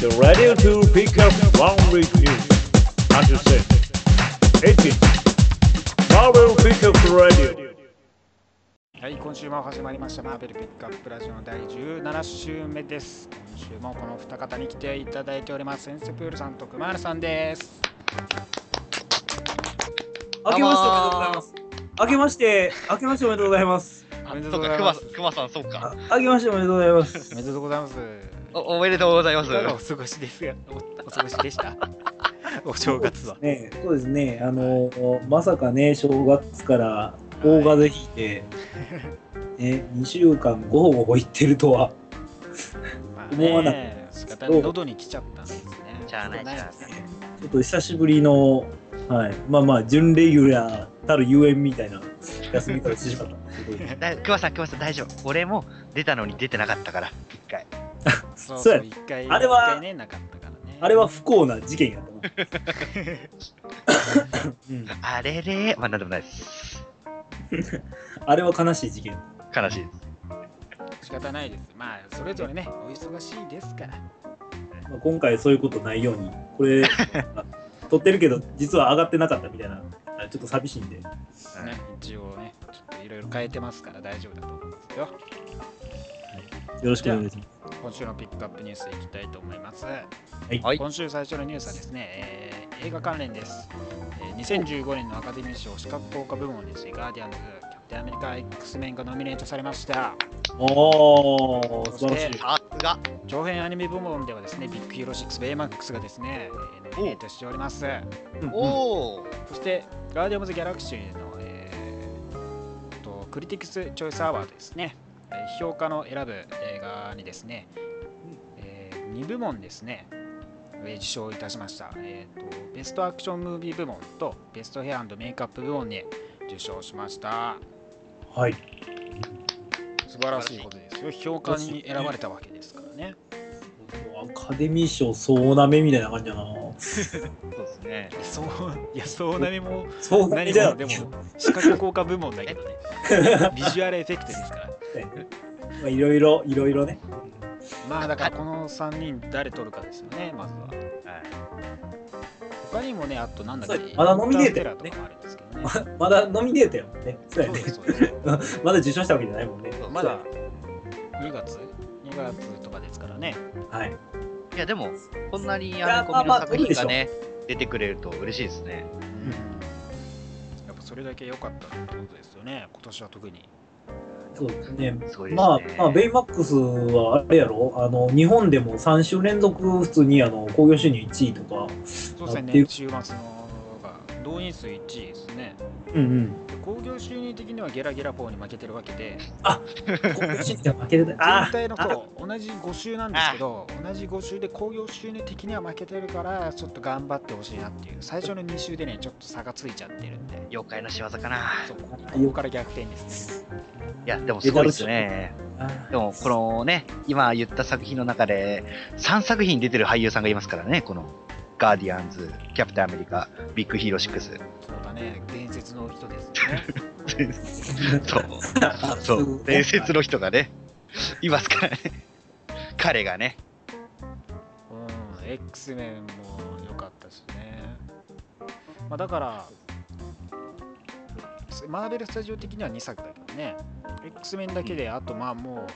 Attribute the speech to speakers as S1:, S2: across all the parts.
S1: You're ready to pick up one week in. As you said, 18. Marvel Pick Up Radio.
S2: はい、今週も始まりましたマーベルピックアップラジオの第17週目です。今週もこのお二方に来ていただいております。センセプールさんとクマールさんです。
S3: 明けましておめでとうございます。明けまして、明けましておめでとうございます。
S2: おめでと
S4: そうう
S2: ござ
S4: か、
S2: い
S4: く
S2: ま。、
S4: ますくまさん、そうか。
S3: あ明けましておめでとうございます。
S2: おめでとうございます。
S4: お、おめでとうございま
S2: い
S4: す。
S2: かがお過ごしですが、おお過ごしでした。 お正月は。
S3: ね、そうですね、あの、まさかね、正月から大風邪ひいて、ね、2週間ごほごほ行ってるとは、
S2: まあ
S3: 思わなか
S2: ね、仕方ない喉に来ちゃったんですね。
S4: しゃあない
S2: 仕方ですね
S3: ちょっと久しぶりの、はい、まあまあ、準レギュラーたるゆえんみたいな休みからして しまったんですけど。
S4: だくまさん、くまさん、大丈夫。俺も出たのに出てなかったから、一回。
S2: そう
S3: そう
S2: そ
S3: や
S2: う、一回、
S3: あれは
S2: 一回ね、なかったからね。
S3: あれは不幸な事件やったな、うん
S4: あれれまあ、なんでもないです。
S3: あれは悲しい事件。
S4: 悲しいです。
S2: 仕方ないです。まあ、それぞれね、お忙しいですから。
S3: まあ、今回そういうことないように、これ、あ撮ってるけど、実は上がってなかったみたいな、あちょっと寂しいんで、
S4: うん
S2: ね、一応ね、ちょっといろいろ変えてますから大丈夫だと思うんですよ。
S3: よろしくお願いします。
S2: 今週のピックアップニュースいきたいと思います。
S4: はい。
S2: 今週最初のニュースはですね、えー映画関連です、えー2015年のアカデミー賞視覚効果部門にしてガーディアンズ、キャプテンアメリカ、X メンがノミネートされました。
S3: おー、素晴らしい。
S4: さすが。
S2: 長編アニメ部門ではですね、ビッグヒーロー6ベイマックスがですね、えーノミネートしております。
S3: うんうん
S4: おお。
S2: そして、ガーディアムズ・ギャラクシーの、えーとクリティクス・チョイス・アワードですね、えー評価の選ぶ映画にですね、え2部門ですね、えー受賞いたしました、えーと。ベストアクションムービー部門とベストヘアメイクアップ部門に受賞しました。
S3: はい。
S2: 素晴らしいことですよ。評価に選ばれたわけですからね。
S3: アカデミー賞総なめみたいな感じだな。
S4: そうですね。
S2: そう、いや、そうなりも、
S3: そう
S2: 何
S3: じゃ
S2: も、
S3: あ、
S2: でも、視覚効果部門だけど ね、ビジュアルエフェクトですから。
S3: まあ、いろいろ、いろいろね。
S2: まあだからこの3人誰取るかですよね、まずは。
S4: はい。
S2: 他にもね、あとなんだっ
S3: そう
S2: け、
S3: まだノミネート
S2: インタ
S3: や
S2: ース
S3: もん
S2: テラーと
S3: ね
S2: かもあるんですけどね。
S3: まだノミネートやもんね。
S2: そ
S3: そうや
S2: う
S3: ね
S2: です、。そうです。
S3: まだ受賞したわけじゃないもんね。
S4: そう
S2: ま だ2月 ?2 月とかですからね。
S3: はい。
S4: いや、でも、こんなに
S3: や
S4: アメコミの
S3: まあまあ
S4: 作品がね、出てくれると嬉しいですね。
S2: うんやっぱそれだけ良かったってことですよね、今年は特に。
S3: そうですね。
S4: すごいです
S3: まあ
S4: ね。、
S3: まあ、ベイマックスはあれやろあの日本でも3週連続普通にあの興行収入1位とか、
S2: そうです
S3: あってい
S2: ね、
S3: う
S2: 週末のが動員数1位ですね。
S3: うんうん、
S2: 興行収入的にはゲラゲラポーに負けてるわけで、
S3: 興行収入じゃ負けてた。
S2: 全体のそう同じ5週なんですけど、同じ5週で興行収入的には負けてるから、ちょっと頑張ってほしいなっていう、最初の2週でね、ちょっと差がついちゃってるんで、
S4: 妖怪の仕業かな。
S2: そうここから逆転ですね。
S4: いや、でもすごいですね。
S3: あ
S4: でも、このね、今言った作品の中で、3作品出てる俳優さんがいますからね、この、ガーディアンズ、キャプテンアメリカ、ビッグヒーロー6。
S2: そうだね、伝説の人ですよね。
S4: そう、
S3: ー
S4: そ
S3: すご
S4: う
S3: い、
S4: 伝説の人がね、いますからね。彼がね、
S2: うん、X メンも良かったしね。まあ、だから、マーベル・スタジオ的には2作だけどね、X メンだけで、あとまあも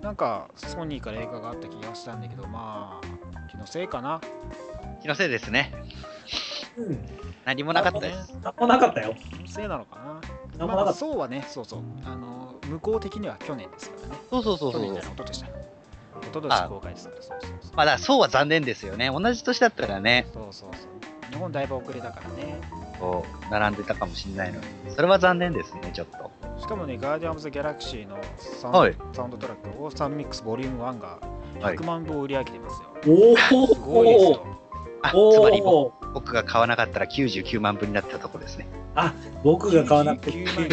S2: う、なんかソニーから映画があった気がしたんだけど、まあ、気のせいかな。
S4: 気のせいですね。
S3: うん、
S4: 何もなかったです。
S3: なんもなかったよ。
S2: のせいなのかな。
S3: なんも
S2: ま
S3: なか
S2: あ、
S3: った。
S2: そうはね、そうそう。あの、向こう的には去年ですからね。
S4: そうそうそう
S2: 去
S4: そ
S2: 年じ
S4: う
S2: ゃ。ない、おととしだ。おととし公開ですから、そうそうそう。
S4: まあ、だからそうは残念ですよね。同じ年だったらね、
S2: そうそうそう。日本だいぶ遅れたからね。
S4: こう、並んでたかもしれないのに。それは残念ですね、ちょっと。
S2: しかもね、ガーディアンズ・ギャラクシーのサウン,、
S4: はい
S2: サウンドトラック、オーサンミックスボリューム1が
S4: はい
S2: 100万部を売り上げてますよ。
S3: おお
S2: すごいですよ。
S4: あ、
S3: お
S4: つまり僕
S3: お
S4: 僕が買わなかったら99万分になったとこですね。
S3: 僕が買わなくて
S2: 9万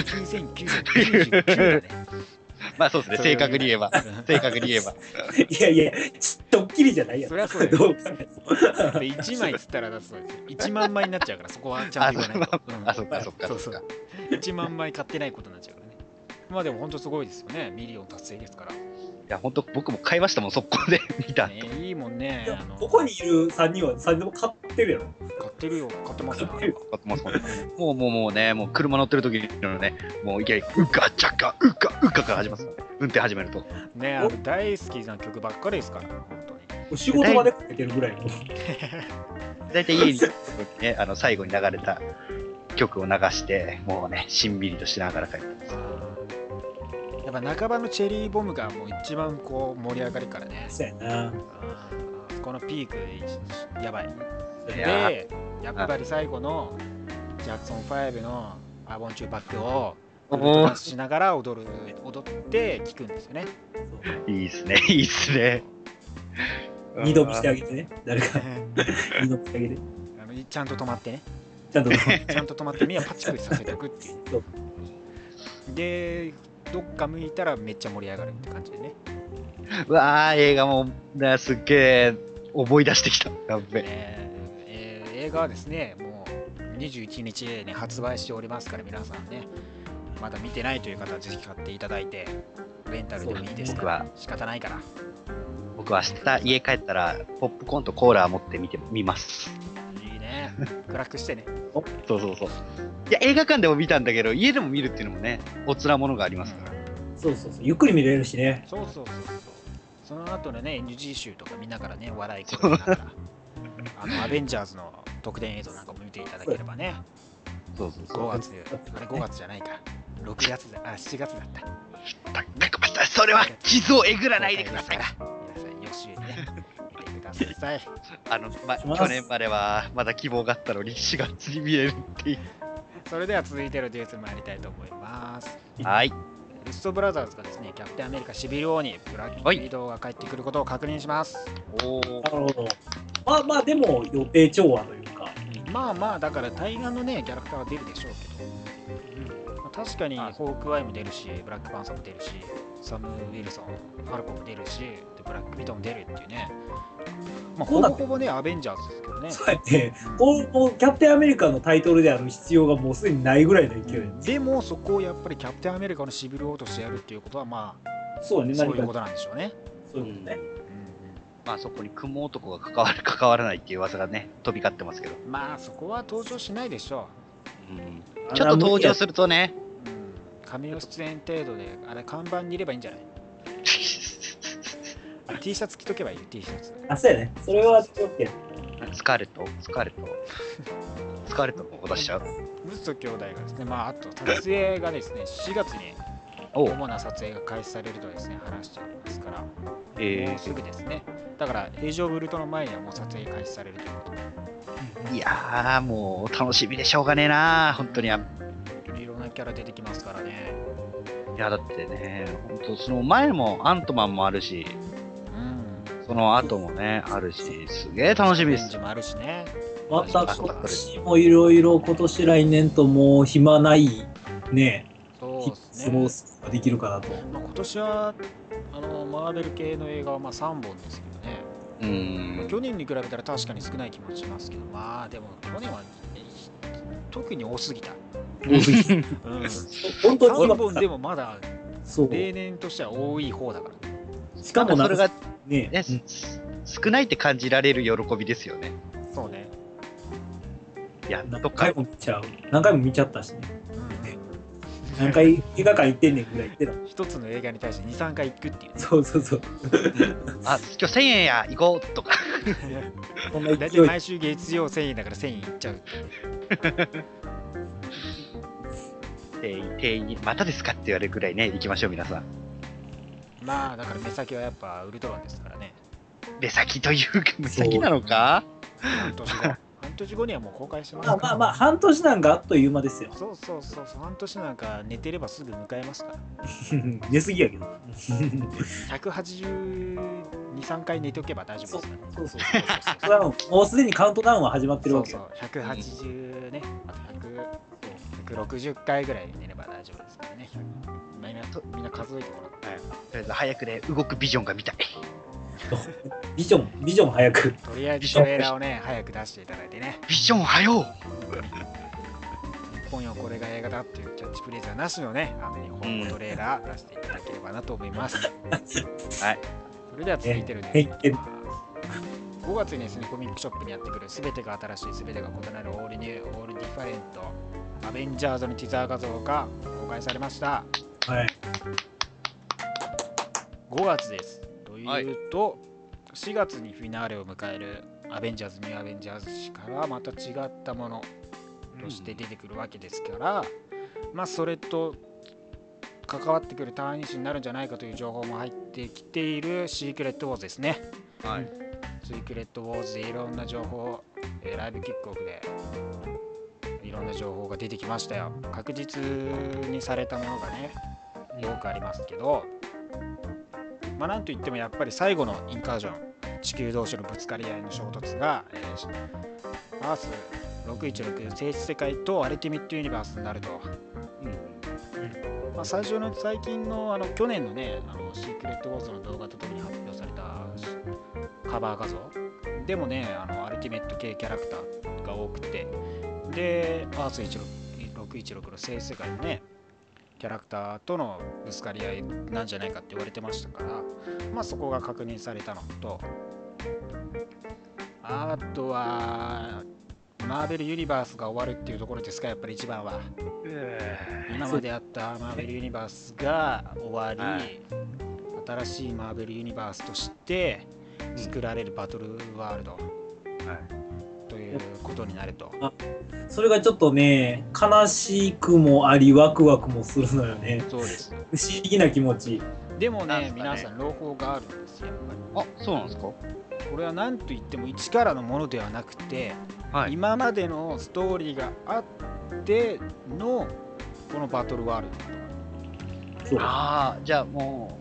S2: 9999だね。
S4: まあそうですね、正確に言えば。正確に言えば。
S3: いやいやちドッキリじゃないや
S2: そり
S3: ろ
S2: ゃそうだ
S3: ど
S2: よ
S3: う。考えても
S2: で1枚っつったらだそう ですよ。1万枚になっちゃうから、そこはちゃんと言わないと。うん
S4: あ、そっかそっ
S2: そ
S4: かそうっ
S2: そう
S4: か。
S2: 1万枚買ってないことになっちゃうからね。まあでも本当すごいですよね。ミリオン達成ですから。
S4: や、本当僕も買いましたもん、速攻で見た。
S2: ねいいもんね
S3: いや
S2: あの
S3: ここにいる3人は3人とも買ってるやろ。
S2: 買ってるよ買ってますよ
S3: 買ってる
S4: 買ってます もんねもうもうもうね、もう車乗ってる時のね、もういきなり、うかちゃか、うか、うかから始まるんですよ運転始めると。
S2: ねあの大好きな曲ばっかりですから本当に
S3: 仕事場でかけてるぐらいの。
S4: 大体家に、ね、あの最後に流れた曲を流して、もうね、しんびりとしながら帰ってます。
S2: やっぱ半ばのチェリーボムがもう一番こう盛り上がりからね
S3: そうやな。
S2: あそこのピークいやばい
S4: いや
S2: でやっぱり最後のジャクソン5の「アボンチューバック」を
S4: おー
S2: 踊しながら踊る踊って聴くんですよね
S3: そう
S4: いいっすね、 いいっすね。
S3: 二度見してあげてね。誰か二度見してあげて。
S2: あのちゃんと止まってね
S3: ちゃんと。
S2: ちゃんと止まって目はパチクリさせておくっていう
S3: そう
S2: でどっか向いたらめっちゃ盛り上がるって感じでね
S4: うわあ、映画も、ね、すっげえ思い出してきた。やっべ。
S2: えーえー映画はですね、もう21日に発売しておりますから、皆さんね、まだ見てないという方はぜひ買っていただいて、レンタルでもいいです
S4: 僕
S2: から、
S4: は、
S2: 仕方ないから。
S4: 僕は明日家帰ったら、ポップコーンとコーラ持って見て、見ます。
S2: いいね、暗くしてね。
S4: そうそうそう。いや、映画館でも見たんだけど、家でも見るっていうのもね、おつらものがありますから。
S3: そうそうそう。ゆっくり見れるしね。
S2: そうそうそうそう。その後のね、NG 集とか見ながらね、笑い声ながら、あの、アベンジャーズの特典映像なんかも見ていただければね、
S4: そうそうそう。
S2: 5月、あれ5月じゃないか、6月だ、あ、7月だった。
S4: たたくまさんそれは地図をえぐらないでください。
S2: 皆さん、予習にね、見てください。
S4: あの、ま、
S3: します
S4: 去年まではまだ希望があったのに4月に見えるっていう。
S2: それでは続いてのデュース参りたいと思います。
S4: はい。
S2: ルストブラザーズがですね、キャプテンアメリカシビル王にブラックリードが帰ってくることを確認します。
S4: おお。
S3: なるほど。まあまあ、でも予定調和というか。
S2: まあまあ、だから対岸のね、キャラクターは出るでしょうけど、まあ確かに
S4: あ
S2: ホークアイも出るし、ブラックパンサーも出るし、サム・ウィルソン、ファルコも出るし、でブラックビドも出るっていうね、まあ、
S3: そ
S2: ほぼ
S3: うだね
S2: ほぼね、アベンジャーズですけどね。
S3: そうやって、こうもうキャプテンアメリカのタイトルである必要がもうすでにないぐらいの勢いで。
S2: でもそこをやっぱりキャプテンアメリカのシビル王としてやるっていうことはまあ
S3: そうね、
S2: そう
S3: 何
S2: いう
S3: か
S2: ことなんでしょうね。
S3: そういうことね。
S2: うん
S4: まあそこに雲男が関わる 関わらないっていう噂がね飛び交ってますけど。
S2: まあそこは登場しないでしょ
S4: うん。
S3: あ
S4: ちょっと登場するとね。
S2: う。うん、神尾出演程度で、あれ看板にいればいいん じゃないあ ?T シャツ着とけばいいよ、T シャツ。
S3: あ、そうやね。それはちょっとや
S4: スカーレットスカーレットスカーレットも出しちゃう。
S2: ムツと兄弟がですね、まああと撮影がですね、4月に
S4: おお。
S2: 主な撮影が開始されるとですね、話しておりますから、も
S4: え
S2: うすぐですね。だから、エイジオブルトの前にはもう撮影開始されるということで
S4: ー、いやーもう楽しみでしょうがねえなー本当にあ
S2: 本当にいろんなキャラ出てきますからね。
S4: いやだってね本当その前もアントマンもあるし
S2: うん。
S4: その後もねあるしすげえ楽しみ
S2: オ
S4: で
S2: レン
S4: す
S2: ジもあるしね。
S3: また今年もいろいろ今年来年ともう暇ないね、
S2: そう
S3: 日
S2: です
S3: 過
S2: ね
S3: ご。すことができるかなと。
S2: まあ、今年はあのマーベル系の映画はまあ3本ですけどね。
S4: うーん
S2: 去年に比べたら確かに少ない気もしますけどまあでも去年はえひ特に多すぎた、うん、
S3: 本
S2: 3
S3: 当に今
S2: 本でもまだ
S3: そう。
S2: 例年としては多い方だから
S3: しかも
S4: なんか
S3: な
S4: そ
S3: ん
S4: れ
S3: か
S4: が
S3: ね、
S4: ね、す少ないって感じられる喜びですよね。
S2: そうね、
S4: や
S3: 何
S4: っとか
S3: 回も見ちゃう。何回も見ちゃったしね。
S2: う
S3: 何回映画館行ってんねんぐらい行ってた。
S2: ん、一つの映画に対して23回行くっていう
S3: そうそうそう。
S4: あ今日1000円や行こうとか
S2: ね
S3: そんな
S2: 大
S3: 勢
S2: 体
S3: い。
S2: 毎週月曜1000円だから1000円いっちゃう
S4: 店員店員にまたですかって言われるぐらいね行きましょう皆さん
S2: まあだから目先はやっぱウルトランですからね
S4: 目先というか目先なのか
S2: 半年 後半年後にはもう公開してます
S3: ま
S2: か
S3: あ
S2: ら
S3: まあまあ、半年なんかあっという間ですよ。
S2: そうそうそうそう半年なんか寝てればすぐ迎えますから
S3: 寝すぎやけど。
S2: 1823回寝ておけば大丈夫ですから
S3: そうそうそう
S2: そうそうそう
S3: それはもうもうすでにカウントダウンは始まってる
S2: そ
S3: わ
S2: う
S3: け
S2: そう
S3: よ。
S2: 180ね、あと100 160回ぐらい寝れば大丈夫ですからね。みんなみんな数えてもらって、
S4: とりあえず早くね動くビジョンが見たい
S3: ビジョン、ビジョン早く。
S2: とりあえずトレーラーをね、早く出していただいてね。
S4: ビジョンはよう
S2: 本よこれが映画だっていうキャッチフレーズはなしのね、あの日本語トレーラー出していただければなと思います。はい。それでは続いてるです、
S3: はいえ
S2: 5月にですね、コミックショップにやってくるすべてが新しい、すべてが異なるオールニュー、オールディファレント、アベンジャーズのティザー画像が公開されました。
S3: はい。
S2: 5月です。というと、4月にフィナーレを迎えるアベンジャーズ・ニューアベンジャーズ誌からまた違ったものとして出てくるわけですから、まあそれと関わってくる単位誌になるんじゃないかという情報も入ってきているシークレットウォーズですね。
S4: はい。
S2: シークレットウォーズでいろんな情報、えーライブキックオフでいろんな情報が出てきましたよ。確実にされたものがね、多くありますけど、まあ、なんといってもやっぱり最後のインカージョン、地球同士のぶつかり合いの衝突が、えー、アース616静止世界とアルティメットユニバースになると。まあ、最初の最近のあの去年のねあのシークレット・ウォーズの動画とともに発表されたしカバー画像でもねあのアルティメット系キャラクターが多くてでアース616の正世界のねキャラクターとのぶつかり合いなんじゃないかって言われてましたから、まあ、そこが確認されたのとあとはマーベル・ユニバースが終わるっていうところですかやっぱり一番は。今まであったマーベルユニバースが終わり、新しいマーベルユニバースとして作られるバトルワールド、ということになると。
S3: それがちょっとね、悲しくもあり、ワクワクもするのよね。
S2: そうです
S3: 不思議な気持ち。
S2: でも
S4: なん
S2: ね
S4: すかね
S2: 皆さん朗報があるんですよやっぱ
S4: あ、そうなんですか
S2: りこれは何と言っても一からのものではなくて、
S4: はい。
S2: 今までのストーリーがあってのこのバトルワール
S3: そう。
S4: ああ、じゃあも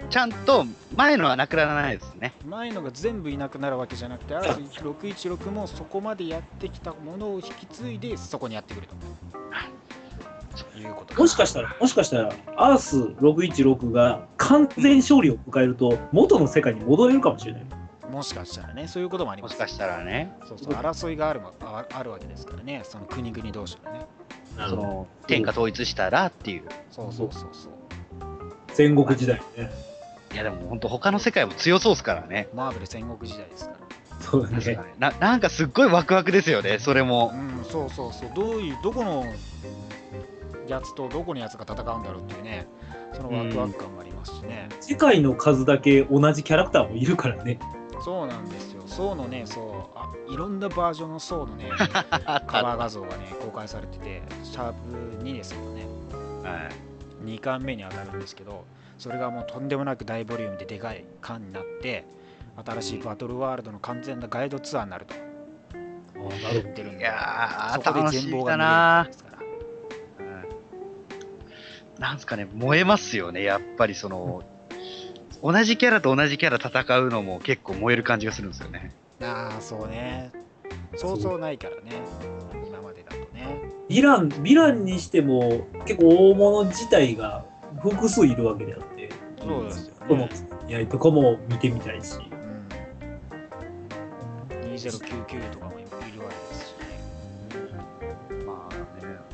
S4: う、ちゃんと前のはなくならないですね。
S2: ド前のが全部いなくなるわけじゃなくて R616 もそこまでやってきたものを引き継いでそこにやってくると。いうこと
S3: もしかしたら、もしかしたら、アース616が完全勝利を迎えると、元の世界に戻れるかもしれない。
S2: もしかしたらね、そういうこともあり
S4: も
S2: ま
S4: し
S2: す。
S4: かしたらね、
S2: そうそう争いがあるもああるわけですからね、その国々同士のね。
S3: あ
S4: そ
S3: の
S4: の、天下統一したらっていう。
S2: そうそうそうそう。
S3: 戦国時代ね。
S4: いやでも本当他の世界も強そうですからね。
S2: マーベル戦国時代ですから。
S3: そうだ
S4: 確
S3: ね
S4: か。にななんかすっごいワクワクですよね、それも。
S2: うん、そうそうそう。どういう、どこのやつとどこのやつが戦うんだろうっていうね、そのワクワク感もありますしね。
S3: 世界の数だけ同じキャラクターもいるからね。
S2: そうなんですよ。ソーのね、そうあ、いろんなバージョンのソーの ね、
S4: あっ
S2: カ
S4: た。
S2: バー画像がね、公開されてて、シャープ2ですけどね。
S4: はい
S2: 2巻目に当たるんですけどそれがもうとんでもなく大ボリュームででかい巻になって新しいバトルワールドの完全なガイドツアーになると
S3: ああ、なる
S2: 言ってるん
S4: い
S2: で
S4: や
S2: そこ
S4: ー、
S2: で
S4: 楽し
S2: 全
S4: み
S2: 貌
S4: だ
S2: が見え
S4: な
S2: るんですから
S4: うんなんすかね、燃えますよね、やっぱりその、同じキャラと同じキャラ戦うのも結構燃える感じがするんですよね。
S2: ああそうねそうそうないからね今までだとね
S3: ヴィラン、ヴィランにしても、結構大物自体が複数いるわけであって、
S2: そうですよ
S3: こ
S2: ね
S3: の、いやとかも見てみたいし。
S2: うん、2099とかもいるわけですし
S4: まあね、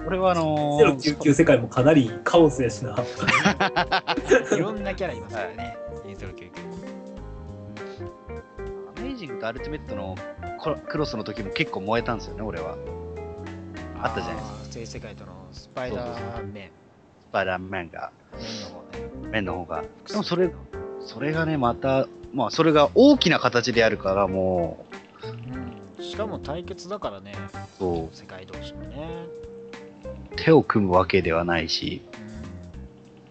S4: 俺はあのー
S3: 099世界もかなりカオスやしな。
S2: いろんなキャラいますからね2099
S4: アメイジングとアルティメットのコラクロスの時も結構燃えたんですよね、俺は。あったじゃないです
S2: か正世界とのスパイダーメン
S4: スパイダーマンが、
S2: 面の方ね
S4: 面の方が。でもそれ、それがね、また、まあ、それが大きな形であるから、も
S2: うんしかも対決だからね、
S4: う、そう、
S2: 世界同士のね。
S4: 手を組むわけではないし、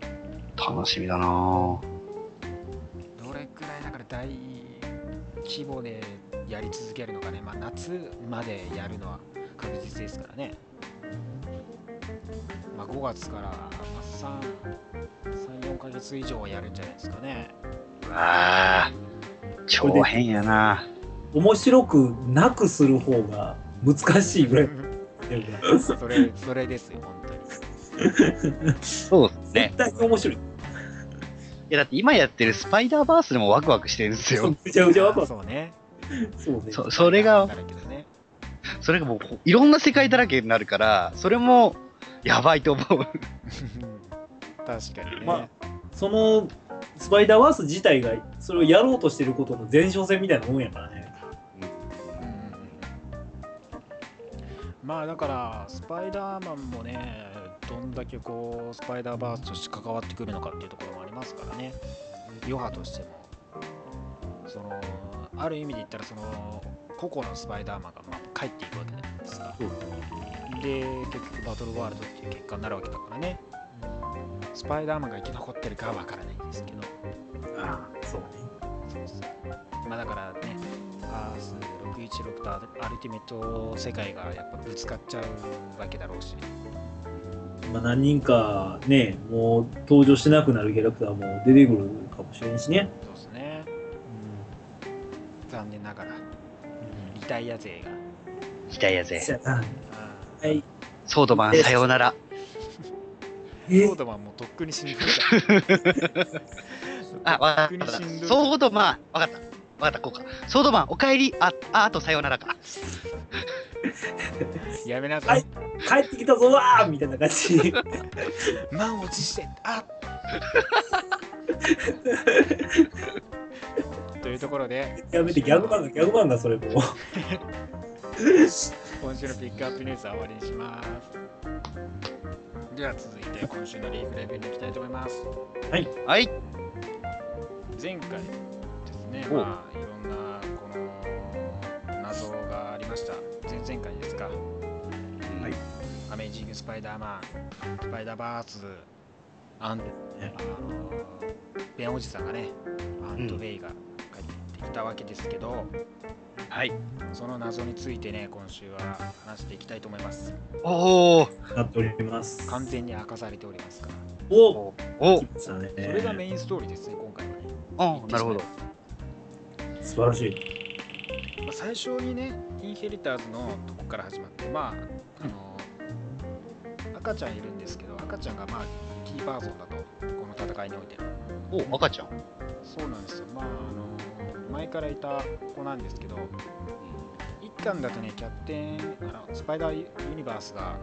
S2: う
S4: 楽しみだなぁ。
S2: ん、どれくらいだから大規模でやり続けるのかね、まあ、夏までやるのは確実ですからね。まあ、5月からまあ3、3、4ヶ月以上はやるんじゃないですかね。
S4: うわあ、長編やな
S3: 面白くなくする方が難しいぐらいだよな。
S2: それそれですよ、本当 に。
S4: そうですね
S3: 絶。対に面白い。
S4: いや、だって今やってるスパイダーバースでもワクワクしてるんです
S3: そう
S4: よ。
S3: ぐちゃぐちゃワクワク。
S2: そうね。
S3: そうね。
S4: そそれが
S2: だ、らけどね
S4: それがもう、いろんな世界だらけになるから、それもやばいと思う。
S2: 確かにね、
S3: まそのスパイダーバース自体がそれをやろうとしてることの前哨戦みたいなもんやからね。
S2: うんうんうんまあだからスパイダーマンもねどんだけこうスパイダーバースとして関わってくるのかっていうところもありますからね余波としてもそのある意味で言ったらその個々のスパイダーマンがまあ帰っていくわけじゃないですかで結局バトルワールドっていう結果になるわけだからねスパイダーマンが生き残ってるかは分からないんですけど
S3: ああ、そうね。
S2: まあだからね、アース616とアルティメット世界がやっぱぶつかっちゃうわけだろうし、
S3: まあ、何人かね、もう登場してなくなるキャラクターも出てくるかもしれんしね。
S2: そうですね、残念ながら、リタイア勢が。
S4: 期待やぜ。
S3: そうやな
S2: あ
S3: はい。
S4: ソードマン、さようなら。
S2: ー
S3: え
S2: ソードマンもとっくに 死んでるから。
S4: あ、わかっ
S2: と
S4: た。
S2: っくに死んどるから
S4: ソードマン、わかった。わかった、こうか。ソードマン、おかえり。あ、ああとさようならか。
S2: やめなさい。
S3: 帰ってきたぞわーみたいな感じ。
S2: 満落ちして、あっというところで、
S3: やめてギャグ漫画、ギャグ漫画それもう。
S2: 今週のピックアップニュースは終わりにします。では続いて今週のリーフレビューに行きたいと思います。
S4: はい。
S2: 前回ですね、
S4: お
S2: まあ、いろんなこの謎がありました。前々回ですか、
S3: はい
S2: アメージング・スパイダーマン、スパイダーバース、アン
S3: ね
S2: あのベンおじさんがね、アント・ウェイが帰ってきたわけですけど、
S4: はい。
S2: その謎についてね、今週は話していきたいと思います。
S4: おお。
S3: なっております。
S2: 完全に明かされておりますから、
S3: お
S4: お
S3: 来ましたね。
S2: それがメインストーリーですね今回はね、
S4: お。なるほど。
S3: 素晴らしい。
S2: まあ、最初にねインヘリターズのとこから始まってまああの赤ちゃんいるんですけど赤ちゃんがまあキーパーソンだとこの戦いにおいて
S4: お、赤ちゃん。
S2: そうなんですよまああの前からいた子なんですけど一巻だとねキャプテンあのスパイダーユニバースが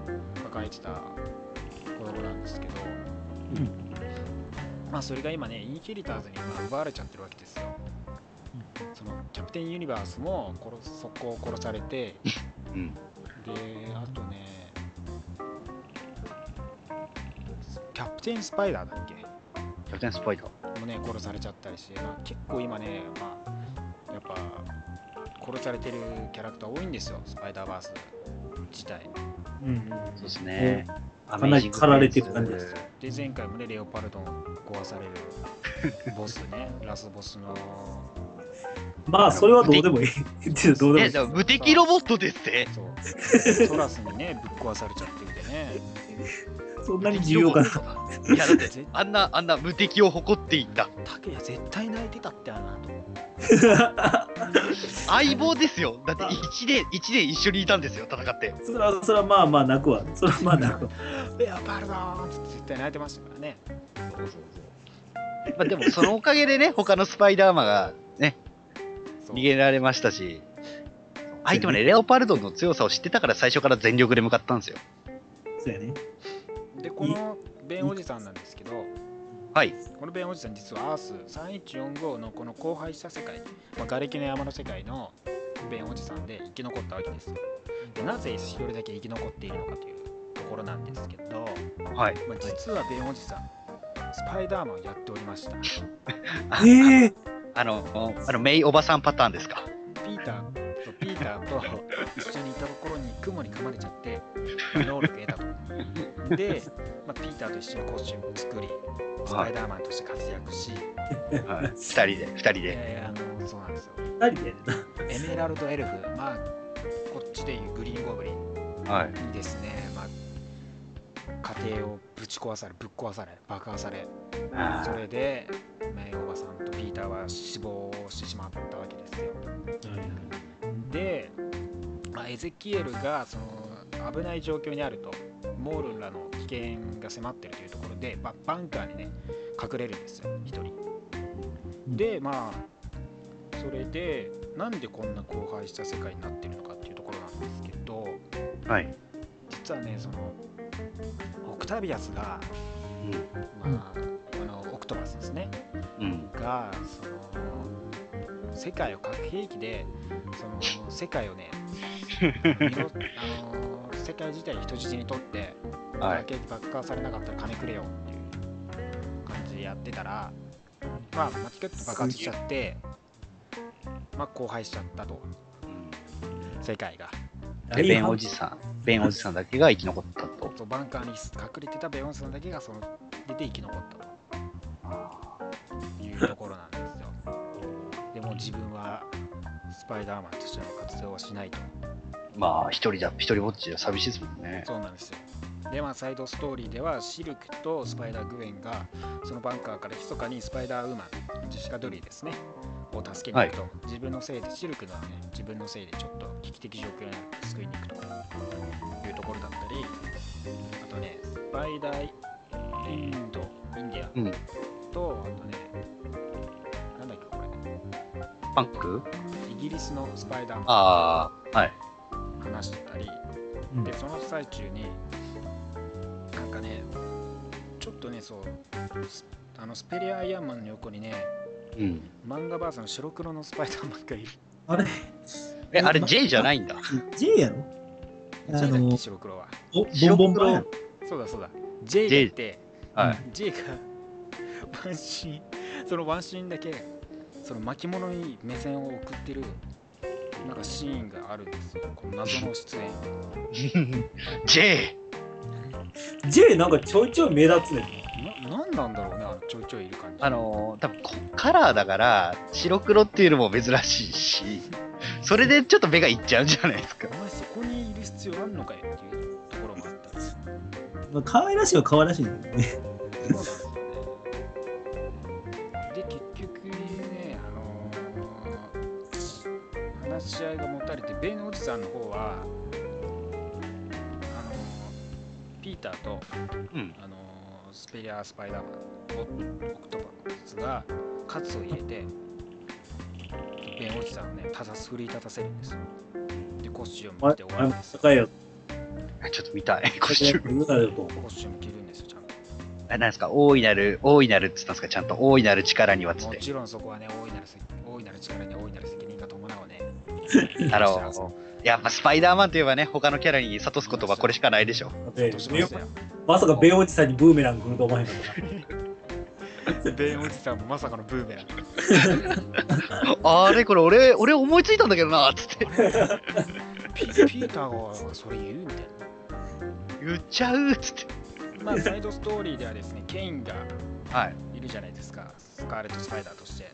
S2: 抱えてた子供なんですけど、まあそれが今ねインヒリターズにまあ奪われちゃってるわけですよ、そのキャプテンユニバースも殺速攻殺されて
S4: うん。
S2: であとねキャプテンスパイダーだっけ
S4: キャプテンスパイダー。
S2: もね殺されちゃったりして、まあ、結構今ね、まあ、やっぱ殺されてるキャラクター多いんですよスパイダーバース自体
S3: うん。
S4: そうですね。
S3: かなり駆られてる感じです。
S2: で前回もねレオパルドン壊され るボスねラスボスの
S3: まあ、それはどうでもいい。ってどうでもい
S4: え、
S3: い
S4: じ。ゃあ無敵ロボットですって。
S2: そうトラスにねぶっ壊されちゃってるんでね
S3: そんなに重要かな。
S4: いや、だって、あんな、あんな無敵を誇っていた。
S2: タケヤ絶対泣いてたってあなと
S4: 相棒ですよ。だって、一年、一年一緒にいたんですよ、戦って。
S3: それは、それはまあまあ泣くわ。それはまあ泣く わ。
S2: レオパルドンって絶対泣いてましたからね
S4: まあ、でも、そのおかげでね、他のスパイダーマンが、ね、
S2: そう
S4: 逃げられましたし。相手もね、レオパルドンの強さを知ってたから、最初から全力で向かったんですよ。
S3: そうやね。
S2: でこのベンおじさんなんですけど
S4: はい。
S2: このベンおじさん実はアース3145のこの荒廃した世界、まあ、瓦礫の山の世界のベンおじさんで生き残ったわけですよでなぜ一人だけ生き残っているのかというところなんですけど、
S4: はい。
S2: まあ、実はベンおじさんスパイダーマンをやっておりました
S4: あ
S3: ええ
S4: あの、あの、メイおばさんパターンですか。
S2: ピーターとピーターと一緒にいたところに雲に噛まれちゃって能力得たとで、まあ、ピーターと一緒にコスチュームを作りスパイダーマンとして活躍し、
S4: はい。 二人で、二人で。
S2: えーあのそうなんですよ
S3: 二人でやるな。
S2: エメラルドエルフ、まあ、こっちでいうグリーンゴブリン
S4: はい。
S2: にですね、まあ、家庭をぶち壊され、ぶっ壊され、爆破され、それで、メイおばさんとピーターは死亡してしまったわけですよ。で、まあ、エゼキエルがその危ない状況にあると、モールンらの危険が迫ってるというところで、まあ、バンカーにね、隠れるんですよ、一人。でまあそれでなんでこんな荒廃した世界になってるのかっていうところなんですけど
S4: はい。
S2: 実はねそのオクタビアスが、まあ、このオクトバスですね
S4: うん。
S2: がその世界を核兵器でその世界を ね見ろあの世界自体人質にとって
S4: うん。は
S2: 核
S4: い。
S2: 兵器爆破されなかったら金くれよっていう感じでやってたらまあ間違って爆発しちゃってまあ荒廃しちゃったと世界が
S4: で、ベンおじさん、ベンおじさんだけが生き残ったと。
S2: そうバンカーに隠れてたベヨンさんだけがその出て生き残ったと。いうところなんですよ。でも自分はスパイダーマンとしての活動をしないと。
S4: まあ、一人だ、一人ぼっちじゃ寂しいですもんね。
S2: そうなんですよ。で、まあ、サイドストーリーではシルクとスパイダーグエンがそのバンカーから密かにスパイダーウーマン、ジェシカ・ドリーですね、を助けに行くと、自分のせいで、シルクのね、自分のせいでちょっと危機的状況になって救いに行くというところだったり、あとね、スパイダーインド、インディア
S4: うん。
S2: と、あとね、なんだっけ、これ、
S4: パンク
S2: イギリスのスパイダーマン。
S4: ああ、はい。
S2: 話してたり、
S3: うん
S2: でその最中になんかねちょっとねそうスあのスペリアアイアンマンの横にね
S4: うん。
S2: 漫画バースの白黒のスパイダーマンがいる
S3: あれ
S4: え、あれ J じゃないんだ。
S3: J やろあ
S2: ジェイだっけ
S3: の、
S2: 白黒は
S3: ボボンボンブラウン。
S2: そうだそうだ J がいて
S4: はい。
S2: J がワンシーンそのワンシーンだけその巻物に目線を送ってるなんかシーンがあるんですよこの謎の出演
S4: J!
S3: J なんかちょいちょい目立つね。
S2: ななんなんだろうねあのちょいちょいいる感じ
S4: あのー多分こカラーだから、白黒っていうのも珍しいし、それでちょっと目がいっちゃうんじゃないですか。
S2: お前そこにいる必要あんのかよっていうところもあったり
S3: まあ、可愛らしいは可愛らしいんだけどね。
S2: そうなんですよね。で、結局ね、あのー話し合いが持たれて、ベンおじさんの方は、あのーピーターと、
S4: うん。
S2: あのースペリア・スパイダーマン、オオクトパンですが、カツを入れて、ベンおじさんをね、たたす、奮い立たせるんですよ。で、コスチューム着て終わ
S3: あ
S2: る
S3: の
S2: んですよ。
S3: 高いよ。
S4: ちょっと見たい。コ
S3: 高
S4: ス
S3: い
S4: チュ
S3: よ
S4: ー。ム。
S3: 言うなよと。
S2: コスチューム着るんですよ、ちゃんと。
S4: あなんですか大いなる、大いなるって言ったんですかちゃんと大いなる力にはっつっ
S2: も
S4: て。
S2: ちろんそこはね、大いなるせ大いなる力に大いなる責任が伴うね。
S4: あの、やっぱスパイダーマンといえばね、他のキャラに諭す言葉これしかないでしょ。
S3: だって
S2: どうしましたよ。
S3: まさかベンおじさんにブーメラン来ると思わへんかったから。
S2: ベンおじさんもまさかのブーメラン。
S4: あれこれ俺、俺思いついたんだけどな、つって。
S2: ピピーターがそれ言うみたい
S4: 言っちゃう、つって。
S2: な。まあ、サイドストーリーではですね、ケインが
S4: はい。
S2: いるじゃないですか、スカーレット・スパイダーとして。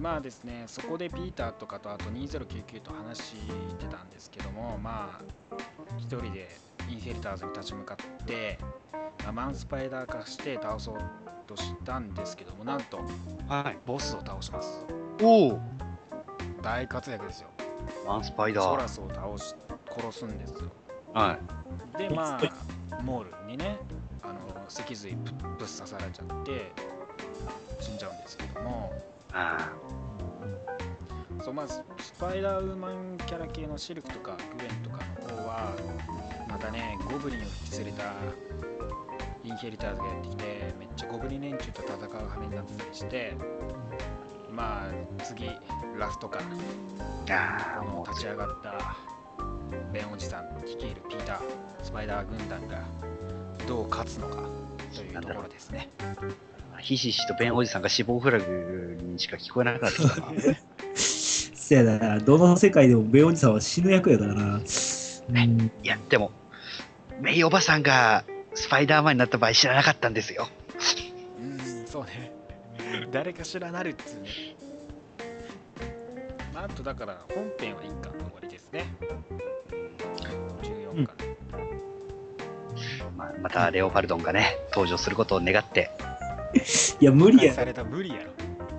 S2: まあですね、そこでピーターとかとあと2099と話してたんですけども、まあ、一人でインフェルターズに立ち向かって、まあマンスパイダー化して倒そうとしたんですけども、なんと、
S4: はい。
S2: ボスを倒します。
S4: おお。
S2: 大活躍ですよ。
S4: マンスパイダ
S2: ソ
S4: ー。
S2: ラスを倒し殺すんですよ。
S4: はい。
S2: でま
S3: はい
S2: あモールにねあの脊髄ぶぶっ刺されちゃって死んじゃうんですけども
S4: あ
S2: そうまあススパイダーウーマンキャラ系のシルクとかグエンとかの方はまたねゴブリンを引き連れたインヘリターズがやってきてめっちゃゴブリン連中と戦う羽目になってたりしてまあ次ラストか
S4: ーあ
S2: こ
S4: ー、
S2: の
S4: も
S2: 立ち上がったベンおじさん率いるピータースパイダー軍団がどう勝つのかというところですね
S4: う、ひしひしとベンおじさんが死亡フラグにしか聞こえなくなってき たな。
S3: せやな、どの世界でもベンおじさんは死ぬ役やからな。うん、
S4: いや、でも、メイおばさんがスパイダーマンになった場合知らなかったんですよ。
S2: うーんそうね誰かしらなるっつうねまああとだから本編は一巻の終わりですね14巻、
S4: まあ、またレオパルドンがね、登場することを願って。
S3: いや、無理
S2: 解
S3: や
S2: された無理やろ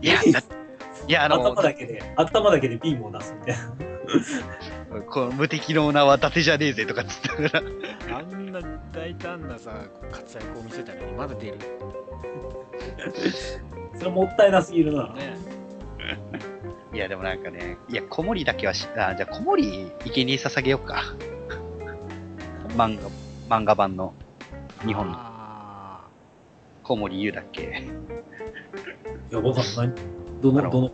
S4: いや、だいや、あの、
S3: 頭だけで、頭だけでビームを出すみたいな。
S4: こう無敵の名は伊達じゃねえぜとかっつったから。
S2: あんな大胆なさ活躍を見せたのにまだ出るね
S3: それもったいなすぎるな。
S4: いや、でもなんかね、いや、小森だけはし、あ、じゃあ小森、生贄に捧げようか。漫画、漫画版の。日本の
S2: あ
S4: 小森優だっけ
S3: いや、わかんない。ど
S4: あ
S3: の、
S4: の
S3: どの、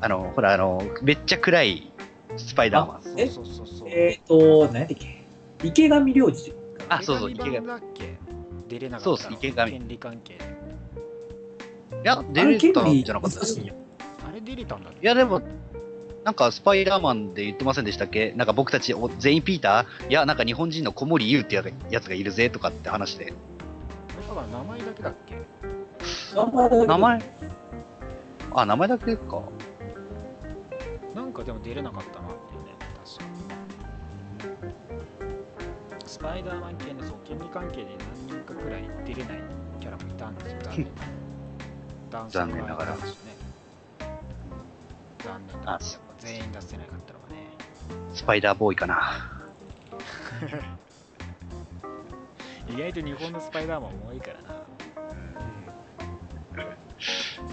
S4: あの、ほら、あの、めっちゃ暗いスパイダーマン。
S2: ー
S3: え
S2: そうそうそうそう。
S3: えっ、と、何やったっけ池上良二。
S4: あ、そうそう、池
S2: 池上
S4: 上。い
S2: 版だっけ出れなかった
S4: そう
S2: の
S4: っす池上
S2: 権利関係で。
S4: や、出れたんじゃなかった
S3: 難し
S4: です
S3: い
S4: い
S3: んや。
S2: あれ出れたんだっけ
S4: や、でも、なんかスパイダーマンで言ってませんでしたっけなんか僕たちお全員ピーターいや、なんか日本人の小森優ってやつがいるぜとかって話で。
S2: だから名前だけだっけ
S3: 名前だけ
S4: 名前あ、名前だけか。
S2: なんかでも出れなかったなっていうね、確かスパイダーマン系のそう権利関係で何人かくらい出れないキャラもいたんですよ、残念ながら。男性
S4: 残
S2: もいたしね残念なが
S4: 念ながら
S2: ら、やっぱ全員出せなかったのがね。
S4: スパイダーボーイかな。
S2: 意外と日本のスパイダーマンも多いからな。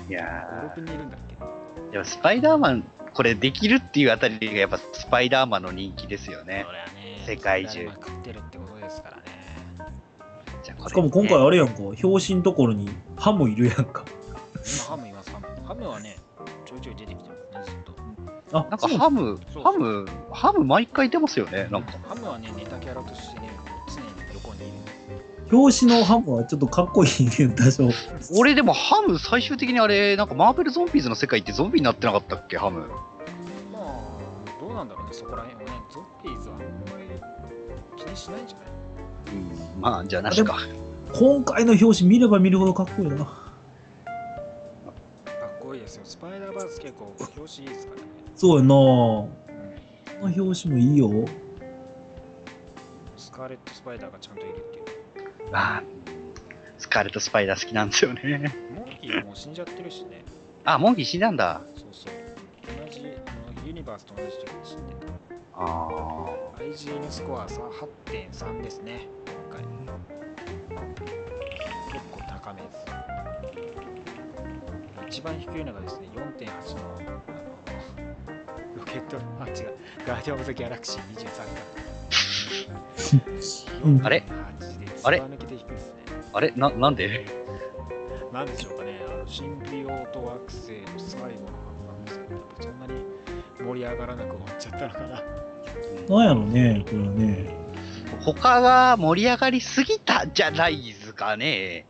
S4: いや
S2: 5、6人いるんだっけ
S4: ーでもスパイダーマン、これできるっていうあたりがやっぱスパイダーマンの人気ですよね
S2: そ。れはね、
S4: 世界中
S2: まくってるってことですからね。
S4: じゃあこれ
S3: しかも今回あれやんか、表紙のところにハムいるやんか。
S2: 今ハムいます、ハム。ハムはね、ちょいちょい出てきてますね、ずっと。
S3: あ、
S4: なんか
S3: そう
S4: ハム
S2: そう、
S4: ハム、ハム毎回出ますよね、なんか。
S2: ハムはね、ネタキャラとしてね、常に横にいるんですよ。
S3: 表紙のハムはちょっとかっこいいね、多少。
S4: 俺でもハム最終的にあれ、なんかマーベルゾンビーズの世界ってゾンビになってなかったっけ、ハム。
S2: まあ、どうなんだろうね、そこら辺はね、ゾンビーズはあんまり気にしないんじゃない
S4: うん、まあ、じゃあなしか。
S3: 今回の表紙見れば見るほどかっこいいな。
S2: かっこいいですよ、スパイダーバース結構表紙いいですからね。
S3: そうやなこ
S2: うん
S3: の表紙もいいよ。
S2: スカーレット・スパイダーがちゃんといるっていう。
S4: あスカーレット・スパイダー好きなんですよね。
S2: モンキーもう死んじゃってるしね、
S4: あ、モンキー死んだんだ。
S2: そうそう。同じ、あのユニバースと同じ時に死んでた。
S4: あ
S2: IGN スコアさ8.3ですね、今回。結構高めです。一番低いのがですね、4.8のあのロケット、あ、違う、ガーディアン・オブ・ザ・ギャラクシー23
S3: うん
S2: 巻。
S4: あれ
S2: 4.8で
S4: あれ
S2: 抜けて低いですね。
S4: あれな、なんで
S2: なんでしょうかね、あのシンビオート惑星の最後の惑星がそんなに盛り上がらなく終わっちゃったのかな。
S3: なんやろね、これはね。
S4: 他が盛り上がりすぎたじゃないですかね。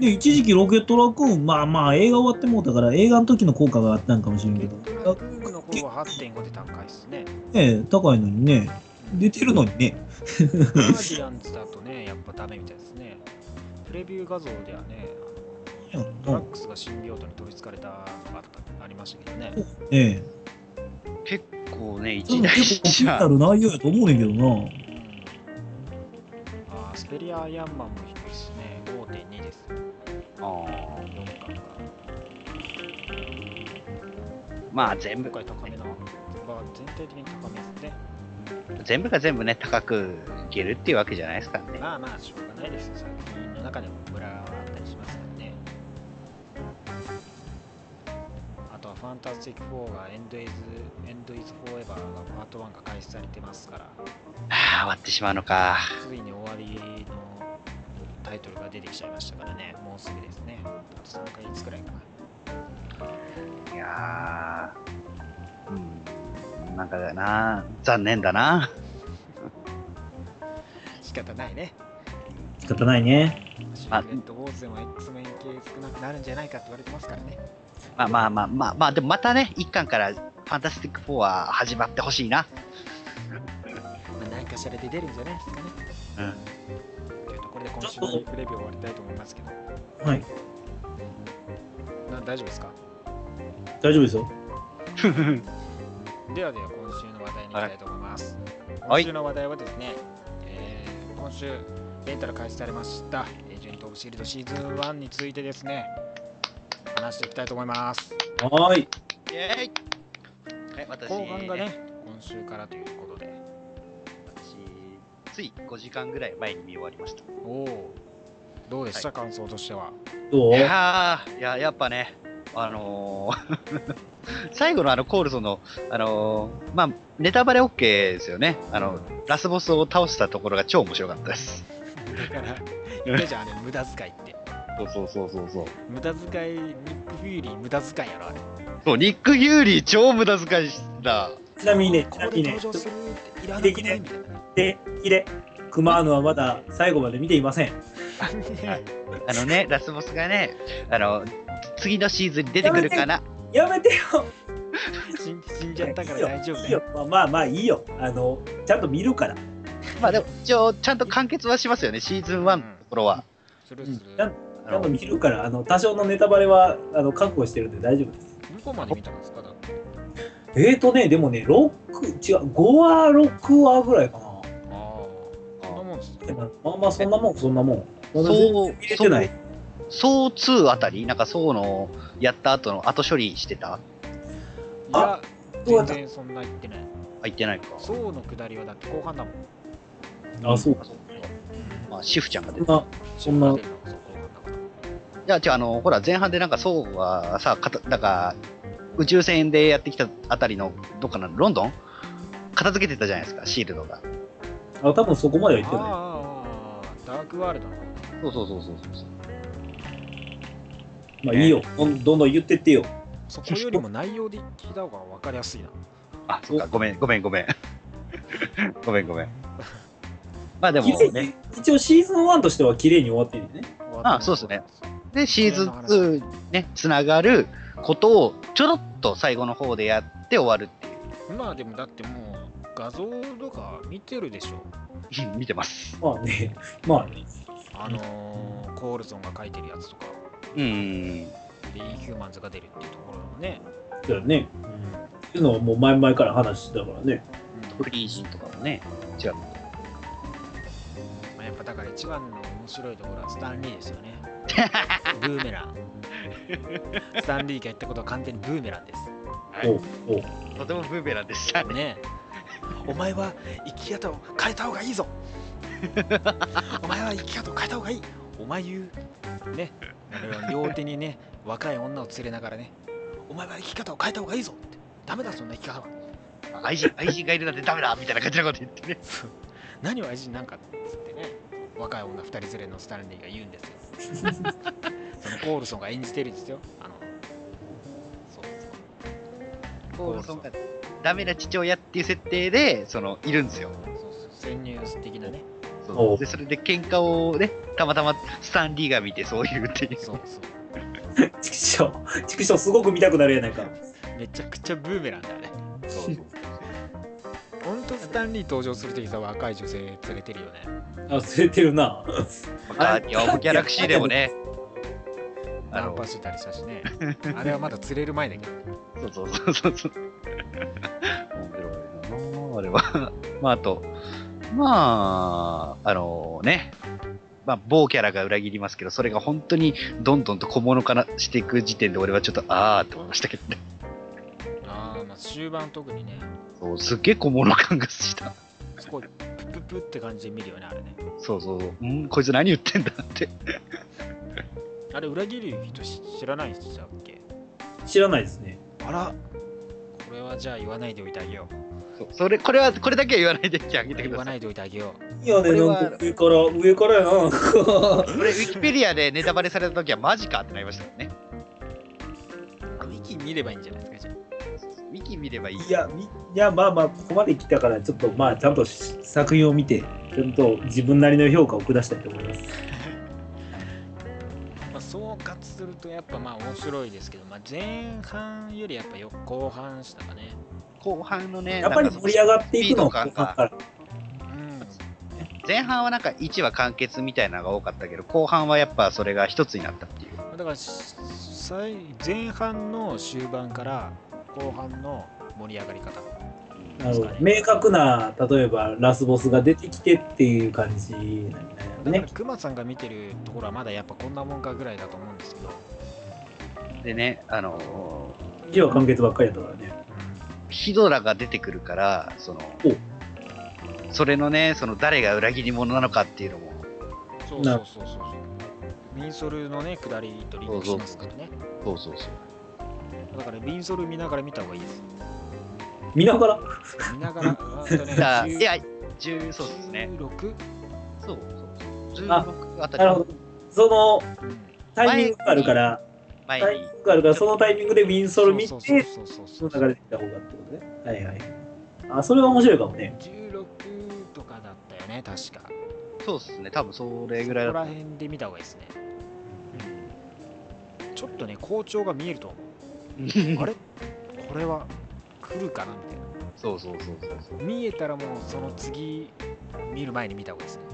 S3: で、一時期ロケットラクーン、まあまあ映画終わってもうたから映画の時の効果があったんかもしれん
S2: ロケ
S3: け
S2: ット
S3: ど
S2: ラ。クーンの方は8.5で高いですね。
S3: ね高いのにね。出てるのにね。
S2: ガーディアンズだとね、やっぱダメみたいですね。プレビュー画像ではね、あのドラックスがシンビオートに取りつかれたのがあったありましたけどね。
S3: ええ。
S4: 結構ね、
S3: それ
S4: 一
S3: も
S4: 大
S3: 結構気
S4: 事
S3: にな
S4: な。
S3: る内容やと思うねんけどな。
S2: うんあースペリア・ヤンマンも低いですね。5.2です。
S4: あー
S2: 4巻が。
S4: まあ、全部
S2: 今、回高めな。まあ全体的に高めですね。
S4: 全部が全部ね、高くいけるっていうわけじゃないですからね。
S2: まあまあ、しょうがないですよ。作品の中でもムラはあったりしますからね。あとはファンタスティック4がエンドイズ、エンドイズフォーエバーがパート1が開始されてますから、
S4: はあ、終わってしまうのか。
S2: ついに終わりのタイトルが出てきちゃいましたからね、もうすぐですね。あと3ヶ月くらいかな。
S4: いやー、うん、なんかだな、残念だな。
S2: 仕方ないね。
S3: 仕方ないね。
S2: シークレットウォーズでも X メン系少なくなるんじゃないかって言われてますからね。
S4: まあまあまあまあ、まあ、でもまたね、一巻からファンタスティック4は始まってほしいな。
S2: まあ、何かしらで出るんじゃないですかね。
S4: うん。
S2: というところで今週のリプレビューを終わりたいと思いますけど、
S3: はい。
S2: な大丈夫ですか
S3: 大丈夫ですよ。
S2: ではでは今週の話題に行きたいと思います。
S4: は
S2: 今
S4: い
S2: 週の話題はですね、えー今週レンタル開始されました、エージェント・オブ・シールドシーズン1についてですね、話していきたいと思います。
S3: はーい。
S4: イェーイはい、私、
S2: 後半がね、今週からということで、
S4: 私、つい5時間ぐらい前に見終わりました。
S2: おお、どうでした、感想として は。
S3: どう
S4: いやー、いや、やっぱね、あのー 最後のあのコールソンの、あのーまあ、ネタバレ OK ですよね。あの、ラスボスを倒したところが超面白かったです。
S2: だから言ったじゃんあれ無駄遣いって
S4: そうそうそうそうそう。
S2: 無駄遣いニック・フューリー無駄遣いやろあれ
S4: そう、ニック・ユーリー超無駄遣いした。
S3: ちなみにね、ち
S2: こ
S3: な
S2: こ
S3: み
S2: で
S3: にね
S2: 登、場するっていらなくないみたいな
S3: で、ヒレ、クマーノはまだ最後まで見ていません。
S4: はいあのね、ラスボスがね、あの、次のシーズンに出てくるかな。
S3: やめてよ
S2: 死ん死んじゃったから大丈夫
S3: い
S2: だ
S3: いよ
S2: よ。
S3: まあまあまあいいよ。あの、ちゃんと見るから。
S4: まあでも、一応、ちゃんと完結はしますよね、シーズン1のところは。
S2: するする
S3: ちゃん
S4: あ
S3: ちゃんと
S4: の
S3: 見るから、あの、多少のネタバレは、あの、覚悟してるんで大丈夫です。
S2: 向こうまで見たんですかだって
S3: えーとね、でもね、6、違う、5話、6話ぐらいかな。
S2: ああそんなもんですね
S3: でもまあまあ、そんなもん、そんなもん。
S4: そう
S3: 見れてない。
S4: ソー2あたり、なんかソーのやった後の後処理してた
S2: いや
S3: あ
S2: 全然そんな言ってない
S4: あ、言ってないか。
S2: そうの下りはだって後半だもん
S3: あ、そう
S4: あ
S3: か。
S4: そうまあ、シフちゃんが
S3: そ
S4: 出
S3: ん
S4: て
S3: な、そんな
S2: 出、るのがそう後半だから
S4: いや、違う、あの、ほら、前半でなんか、ソウはさ、かたなんか、宇宙船でやってきたあたりの、どっかな、ロンドン片付けてたじゃないですか、シールドが。
S3: あ、多分そこまでは言ってない。
S2: あーあーあーダークワールドの
S4: そうそうそうそうそう。
S3: まあいいよ。どんどんどん言ってってよ。
S2: そこよりも内容で聞いた方が分かりやすいな
S4: あ、そうか、ごめん、ごめん、ごめん。 ごめん、ごめん。まあでも
S3: 綺麗
S4: ね、
S3: に一応シーズン1としては綺麗に終わってるよね。
S4: あそうっすねで、シーズン2ね、つながることを、ちょろっと最後の方でやって終わるって
S2: まあでもだってもう画像とか見てるでしょ
S4: いう、見てます。
S3: まあね、 まあね。
S2: あのー、コールゾンが書いてるやつとか
S4: うん。
S2: でインヒューマンズが出るっていうところもね、
S3: だよね。っていうのはもう前々から話してたからね。
S4: フリージンとかもね、違う。
S2: まあ、やっぱだから一番の面白いところはスタンリーですよね ブーメランスタンリーが言ったことは完全にブーメランです
S3: おうおう
S4: とてもブーメランでしたね。
S2: ねえお前は生き方を変えた方がいいぞお前は生き方を変えた方がいいお前言うねあの両手にね若い女を連れながらねお前は生き方を変えた方がいいぞってダメだそんな生き方は
S4: 愛人、愛人がいるなんてダメだみたいな感じのこと言ってね。
S2: 何を愛人なんかっつってね若い女二人連れのスタンリーが言うんですよそのコールソンが演じてるんですよあのそうそう
S4: コールソンがダメな父親っていう設定で、その、いるんですよ。
S2: そうそう潜入的なね
S4: そ
S3: お
S4: う
S3: う
S4: でそれで喧嘩をね、たまたまスタンリーが見てそういうっていう。
S2: そうそう
S3: ちくしょう、ちくしょうすごく見たくなるやないか。
S2: めちゃくちゃブーメランだよね。本当スタンリー登場するときさ、若い女性連れてるよね。
S3: あ、忘れてるな。
S4: ガーディアン・オブ・ギャラクシーでもね、 あ
S2: ナン
S4: の
S2: パ、してたりしたし ね。あれはまだ釣れる前だけど。
S4: そうそうそうそうそう。面白いなああれは。まあ、あと、まあ、あのね、まあ、某キャラが裏切りますけど、それが本当にどんどんと小物化なしていく時点で、俺はちょっと、あーって思いましたけどね。
S2: ああ、まあ終盤特にね、
S4: そうすっげえ小物感がした。
S2: すごいプププって感じで見るよね、あれね。
S4: そうそうそう、うん、こいつ何言ってんだって。
S2: あれ、裏切る人し知らない人だっけ
S3: 知らないですね。
S2: あらこれはじゃあ言わないでおいてあげよう。
S4: そうそれ、これは、これだけは言わないであげて
S2: 言
S4: くだ
S2: わ
S4: さ。
S2: ないいでおいてあげよ
S3: いいよね、
S4: これ
S3: な
S4: は
S3: んか上から、上からやな。
S4: これ、ウィキペディアでネタバレされた時は、マジかってなりましたもんね。
S2: う。あウィキ見ればいいんじゃないですか、じ
S4: ウィキ見ればいい。
S3: いや、みいや、まあまあ、ここまで来たから、ちょっと、まあ、ちゃんとし作品を見て、ちゃんと自分なりの評価を下したいと思います。
S2: ゃあ。まあ、総括するとやっぱまあ面白いですけど、まあ、前半よりやっぱよ後半したかね。
S4: 後半のね、
S3: やっぱり
S4: なんか
S3: 盛り上がっていくの
S4: スピー
S3: が
S4: ド感が
S3: から。
S2: うん。
S4: 前半はなんか1話完結みたいなのが多かったけど、後半はやっぱそれが一つになったっていう。
S2: だからし最前半の終盤から後半の盛り上がり方
S3: なるほど明確な、例えばラスボスが出てきてっていう感じなん
S2: だ
S3: だよ
S2: から
S3: ね。
S2: クマさんが見てるところはまだやっぱこんなもんかぐらいだと思うんですけど、
S4: でね、あの
S3: 一話完結ばっかりだったからね。
S4: ヒドラが出てくるから、その、それのね、その誰が裏切り者なのかっていうのも、
S2: そうそうそうそうそうビンソルのね下りとリンクしますからね
S4: そうそうそう。
S2: だからビンソル見ながら見た方がいいです
S3: 見ながら、
S2: 見ながらあとね
S4: だい
S2: 10
S4: や、10そうですね。
S2: 16
S4: そうそうそう。 16あたり
S3: なるほど。その
S2: うん
S3: タイミングがあるから、タ
S4: 前
S3: イ
S4: に
S3: ミングがあるから、そのタイミングでウィンソル見
S2: そう
S3: て、
S2: そうそうそ
S3: そうの流れで見た方がってことね。はいはい。あ、それは面白いかもね。
S2: 16とかだったよね、確か。
S4: そうですね、多分それ
S2: そ
S4: ぐらい
S2: こら
S4: だ
S2: 辺で見た方がいいですね。うんちょっとね、好調が見えると思う。あれこれは来るかなみたいな。
S4: そうそうそうそうそう。
S2: 見えたらもうその次見る前に見た方がいいですね。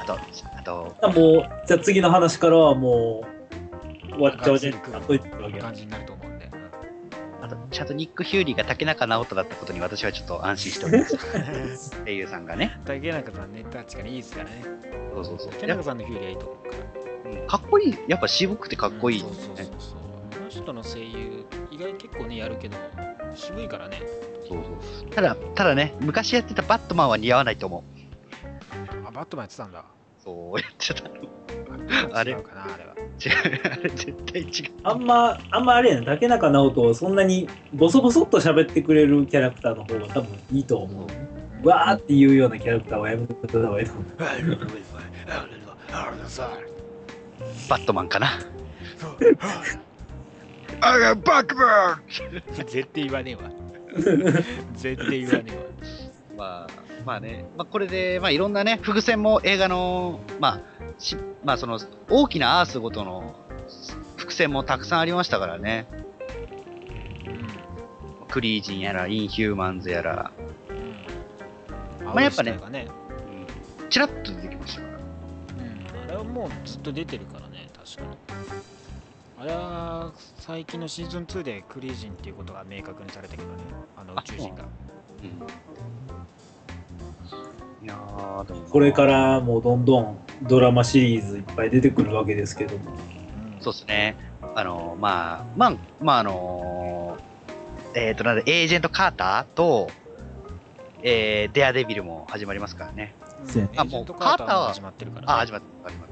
S4: あと、あと、
S3: あもう、じゃあ次の話からはもう、終わっちゃうじゃん。あといってるわけ
S2: 感じになると思うんで。う
S4: あと、ちゃんとニック・ヒューリーが竹中直人だったことに私はちょっと安心しており ます。
S2: ん
S4: 声優さんがね。
S2: 竹中さんね、確かにいいですからね。
S4: そうそうそう。
S2: 竹中さんのヒューリーはいいと思うから。
S4: うんかっこいい。やっぱ渋くてかっこいい
S2: うん。そうそうそうそう。この人の声優、意外に結構ね、やるけど、渋いからね。
S4: そうそうただ、ただね、昔やってたバットマンは似合わないと思う。
S2: あ、バットマンやってたんだ。
S4: そう、やっちゃった。 あれ
S2: 違うかな、あれは。
S4: 違う、あれ絶対違う。
S3: あんま、あんまあれやな、竹中直人をそんなにボソボソっと喋ってくれるキャラクターの方が多分いいと思う。わーっていうようなキャラクターはやめてください。
S4: バットマンかな。あら、バックマン
S2: 絶対言わねえわ。絶対言わねえわ。
S4: まあ、まあね、まあ、これで、まあ、いろんなね、伏線も映画の、まあ、しまあ、その、大きなアースごとの伏線もたくさんありましたからね。クリージンやら、インヒューマンズやら、
S2: うん。
S4: まあやっぱね
S2: 青い時代がね、
S4: チラッと出てきましたから。
S2: うん。あれはもうずっと出てるからね、確かに。あれは最近のシーズン2でクリージンっていうことが明確にされたけどね、あの宇宙人が。
S4: うん。いやーでも
S3: これからもうどんどんドラマシリーズいっぱい出てくるわけですけども。
S2: うん
S4: そうですね。あのまあ、まあ、まあ、あのえっ、と、なんだ、エージェント・カーターと、えーデアデビルも始まりますからね。
S3: そうや
S2: う
S3: ね
S2: ん
S4: あ
S2: エージェント
S4: もうカー
S2: カー
S4: ターは
S2: ターも始まってるから、
S4: あ、始
S2: ま
S4: まった、始まっ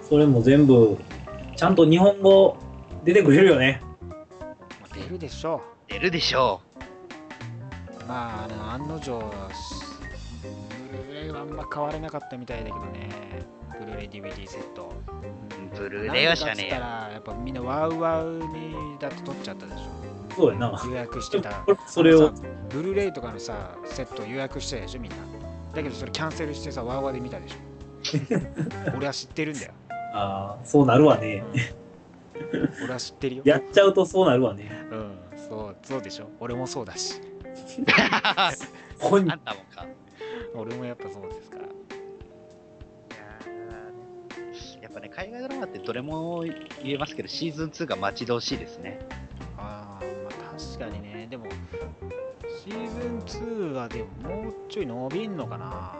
S4: た。
S3: それも全部、ちゃんと日本語出てくれるよね。
S2: あ出るでしょ
S4: 出るでしょ
S2: う。まあ、あの案の定、ブルーレイはあんま変わらなかったみたいだけどね、ブルーレイ DVD セット。
S4: う。ブルーレイは知らねえ
S2: なん
S4: や。
S2: かっつったらやっぱみんなワウワウにだって取っちゃったでし
S3: そうやな。
S2: ょ。予約してた。
S3: これそれを
S2: あのさ。ブルーレイとかのさ、セット予約してたでしょ、みんな。だけどそれキャンセルしてさ、ワウワウで見たで しょ。俺は知ってるんだよ。
S3: あーそうなるわね。
S2: 俺は知ってるよ。
S3: やっちゃうとそうなるわね。
S2: うん、そう、そうでしょ。俺もそうだし。
S3: 本
S4: あんたもか。
S2: 俺もやっぱそうですから。
S4: いやーやっぱね、海外ドラマってどれも言えますけど、シーズン2が待ち遠しいですね。
S2: あーまあ確かにねでもシーズン2はでももうちょい伸びんのかな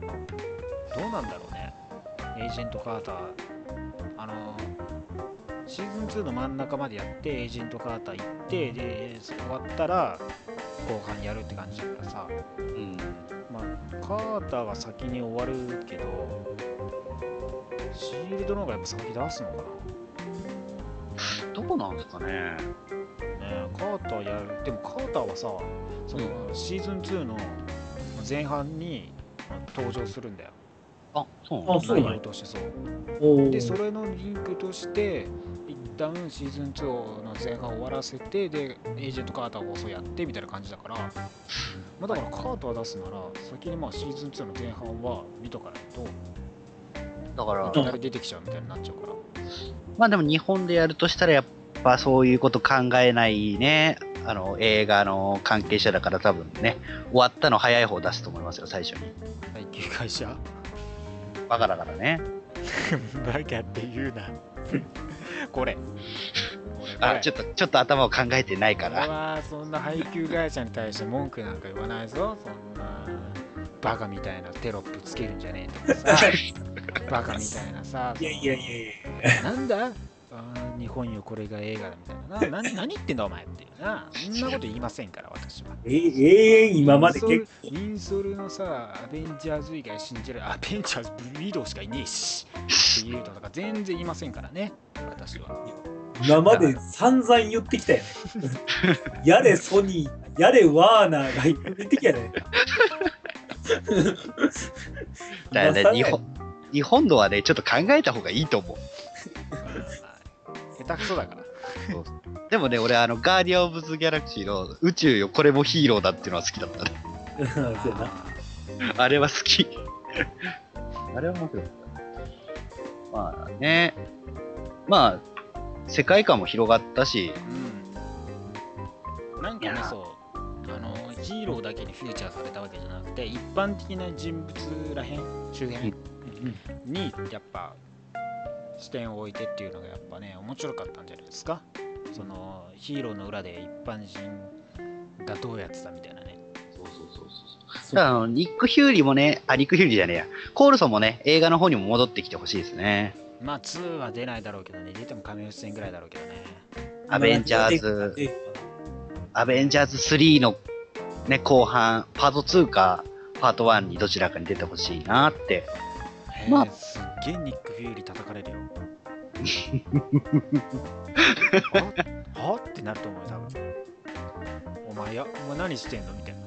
S2: どうなんだろうねエージェント・カーターあのシーズン2の真ん中までやってエージェント・カーター行ってでそれ終わったら後半やるって感じだからさ
S4: うん。
S2: まあカーターは先に終わるけどシールドの方がやっぱ先出すのかな
S4: どうなんですかね。
S2: ねカーターやるでもカーターはさその、シーズン2の前半にあ登場するんだよ
S4: あ、そうなん
S3: あ
S4: だ
S3: そうなんや
S2: 内容としてそう
S3: おー
S2: でそれのリンクとして一旦シーズン2の前半終わらせてでエージェントカーターをそうやってみたいな感じだから、まあ、だからカーター出すなら先にまあシーズン2の前半は見とかないと
S4: だから
S3: う、ん
S2: 誰出てきちゃうみたいになっちゃうから
S4: まあでも日本でやるとしたら、やっぱそういうこと考えないね、あの、映画の関係者だから多分ね、終わったの早い方出すと思いますよ、最初に。
S2: 配給会社
S4: バカだからね。
S2: バカって言うな これこ
S4: あ、
S2: れ
S4: ちょっと、ちょっと頭を考えてないか
S2: 俺
S4: ら。
S2: はそんな配給会社に対して文句なんか言わないぞそんなバカみたいなテロップつけるんじゃねえとか さバカみたいなさ
S3: いやいやいやいや。
S2: そのなんだあー日本よこれが映画だみたいななな何言ってんだお前っていうなそんなこと言いませんから私は
S3: え永遠今まで結
S2: インソルインソルのさアベンジャーズ以外信じるアベンジャーズブリードしかいねえしっていうのとか全然言いませんからね私は
S3: 今まで散々言ってき たよね。やれソニー、やれワーナーが言ってきたよね。
S4: だからね、日
S3: 今更
S4: 本、日本のはね、ちょっと考えた方がいいと思う。
S2: 下手くそだから。
S4: でもね、俺、あの、ガーディアン・オブ・ズ・ギャラクシーの宇宙よ、これもヒーローだっていうのは好きだったね。
S3: やそうやな
S4: あれは好き。あれは面白かった。まあね、まあ、世界観も広がったし、
S2: うんなんか
S4: い
S2: ね
S4: や
S2: そうあのヒーローだけにフューチャーされたわけじゃなくて一般的な人物らへん周辺にやっぱ視点を置いてっていうのがやっぱね面白かったんじゃないですかそのヒーローの裏で一般人がどうやってたみたいなね
S4: そうそうそうそう
S3: そう
S4: あのニック・ヒューリーもね、あ、ニック・ヒューリーじゃねえや、コールソンもね、映画の方にも戻ってきてほしいですね。
S2: まあ2は出ないだろうけどね出ても仮面出演ぐらいだろうけどね
S4: アベンジャーズ
S3: ええ
S4: アベンジャーズ3の、ね、後半、パート2か、パート1にどちらかに出てほしいなって。
S2: へえ、
S4: まあ
S2: すっげえニック・フューリー叩かれる よははってなると思うよ多分お前やお前何してんのみたいな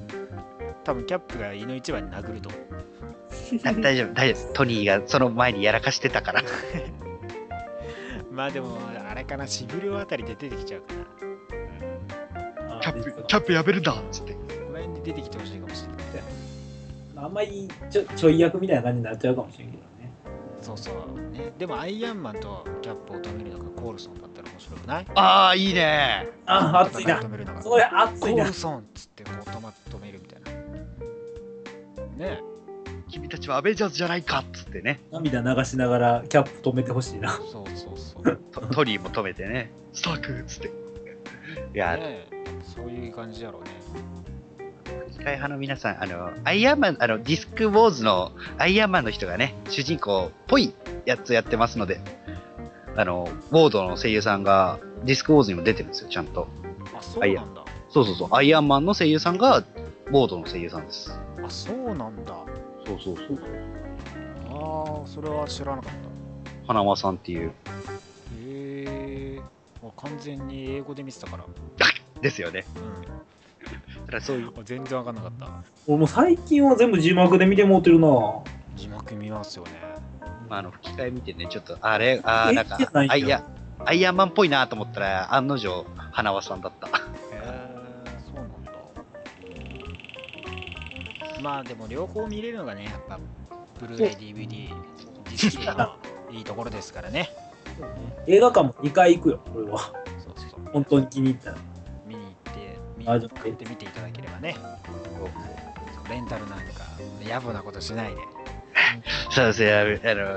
S2: 多分キャップが胃の一番に殴ると思う
S4: だ大丈夫、大丈夫です。トニーがその前にやらかしてたから。
S2: まあでもあれかなシビルあたりで出てきちゃうかな
S3: あ
S4: キャップ、キ
S3: キ
S4: ャ
S3: ャ
S4: ップやめるんだっつって。
S2: この辺で出てきてほしいかもしれない
S3: あんまりちょちょい役みたいな感じになっちゃうかもしれんけどね。
S2: そうそう、ね、でもアイアンマンとキャップを止めるのがコールソンだったら面白くない
S4: ああ、いいね。
S3: あ、熱いな
S2: 戦。止めるのが
S3: それ熱
S2: コ
S3: い
S2: ー
S3: な
S2: ル。ソンっつってこう止ま止めるみたいなねえ
S4: 君たちはアベンジャーズじゃないかっつってね。
S3: 涙流しながらキャップ止めてほしいな。
S2: そうそうそう
S4: トトニーも止めてね。スタークっつって。いや、
S2: ねえそういう感じやろうね。
S4: 機械派の皆さん、あの、アイアンマン、あの、ディスクウォーズのアイアンマンの人がね、主人公っぽいやつやってますので、あの、ウォードの声優さんが、ディスクウォーズにも出てるんですよ、ちゃんと。
S2: あ、そうなんだ。
S4: そうそうそう、アイアンマンの声優さんが、ウォードの声優さんです。
S2: あ、そうなんだ。あ
S4: そうそうそう。
S2: あ、それは知らなかった。
S4: 花輪さんっていう。
S2: へえ。もう完全に英語で見てたから。
S4: ですよね。
S2: う。
S4: だからそういうん
S2: 全然わかんなかった。
S3: 俺もう最近は全部字幕で見てもうてるな。
S2: 字幕見ますよね。
S4: まあ、あの吹き替え見てね、ちょっと、あれ、あー
S3: え
S4: なんか
S3: じゃない、よ
S4: アイアンアイアンマンっぽいなと思ったら、案の定、花輪さんだった。
S2: へえ、そうなんだ。まあでも両方見れるのがね、やっぱ、ブルーレイ、DVD、ディスクのいいところですからね。
S3: 映画館も2回行くよ、俺は。
S2: そうそう。
S3: 本当に気に入ったら。
S2: 見に行って、見
S3: あ
S2: に
S3: じゃあ
S2: 行って見ていただければね。レンタルなんか野暮なことしないで。
S4: そうですね、あの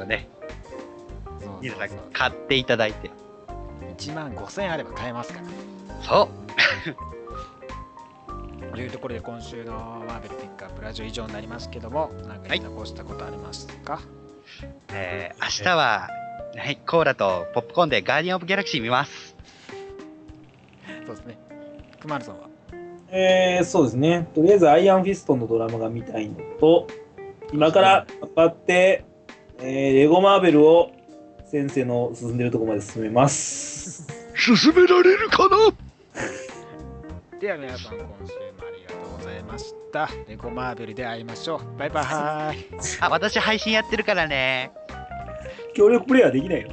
S4: ね、
S2: そうそう
S4: 皆さん
S2: そう
S4: 買っていただいて。
S2: 1万5000円あれば買えますから。
S4: そう
S2: というところで今週のマーベルピックアップラジオ以上になりますけども、なんか
S4: はい
S2: 言いこしたことありますか、
S4: えー、明日は、はい、コーラとポップコーンでガーディアン・オブ・ギャラクシー見ます。
S2: そうですね。くまるさんは
S3: えー、そうですね。とりあえず、アイアンフィストのドラマが見たいのと、今から頑張って、えーレゴマーベルを先生の進んでるとこまで進めます。
S4: 進められるかな
S2: では皆さん今週もありがとうございました。レコマーベルで会いましょう。バイバイ。
S4: あ、私配信やってるからね。
S3: 協力プレイはできないよ。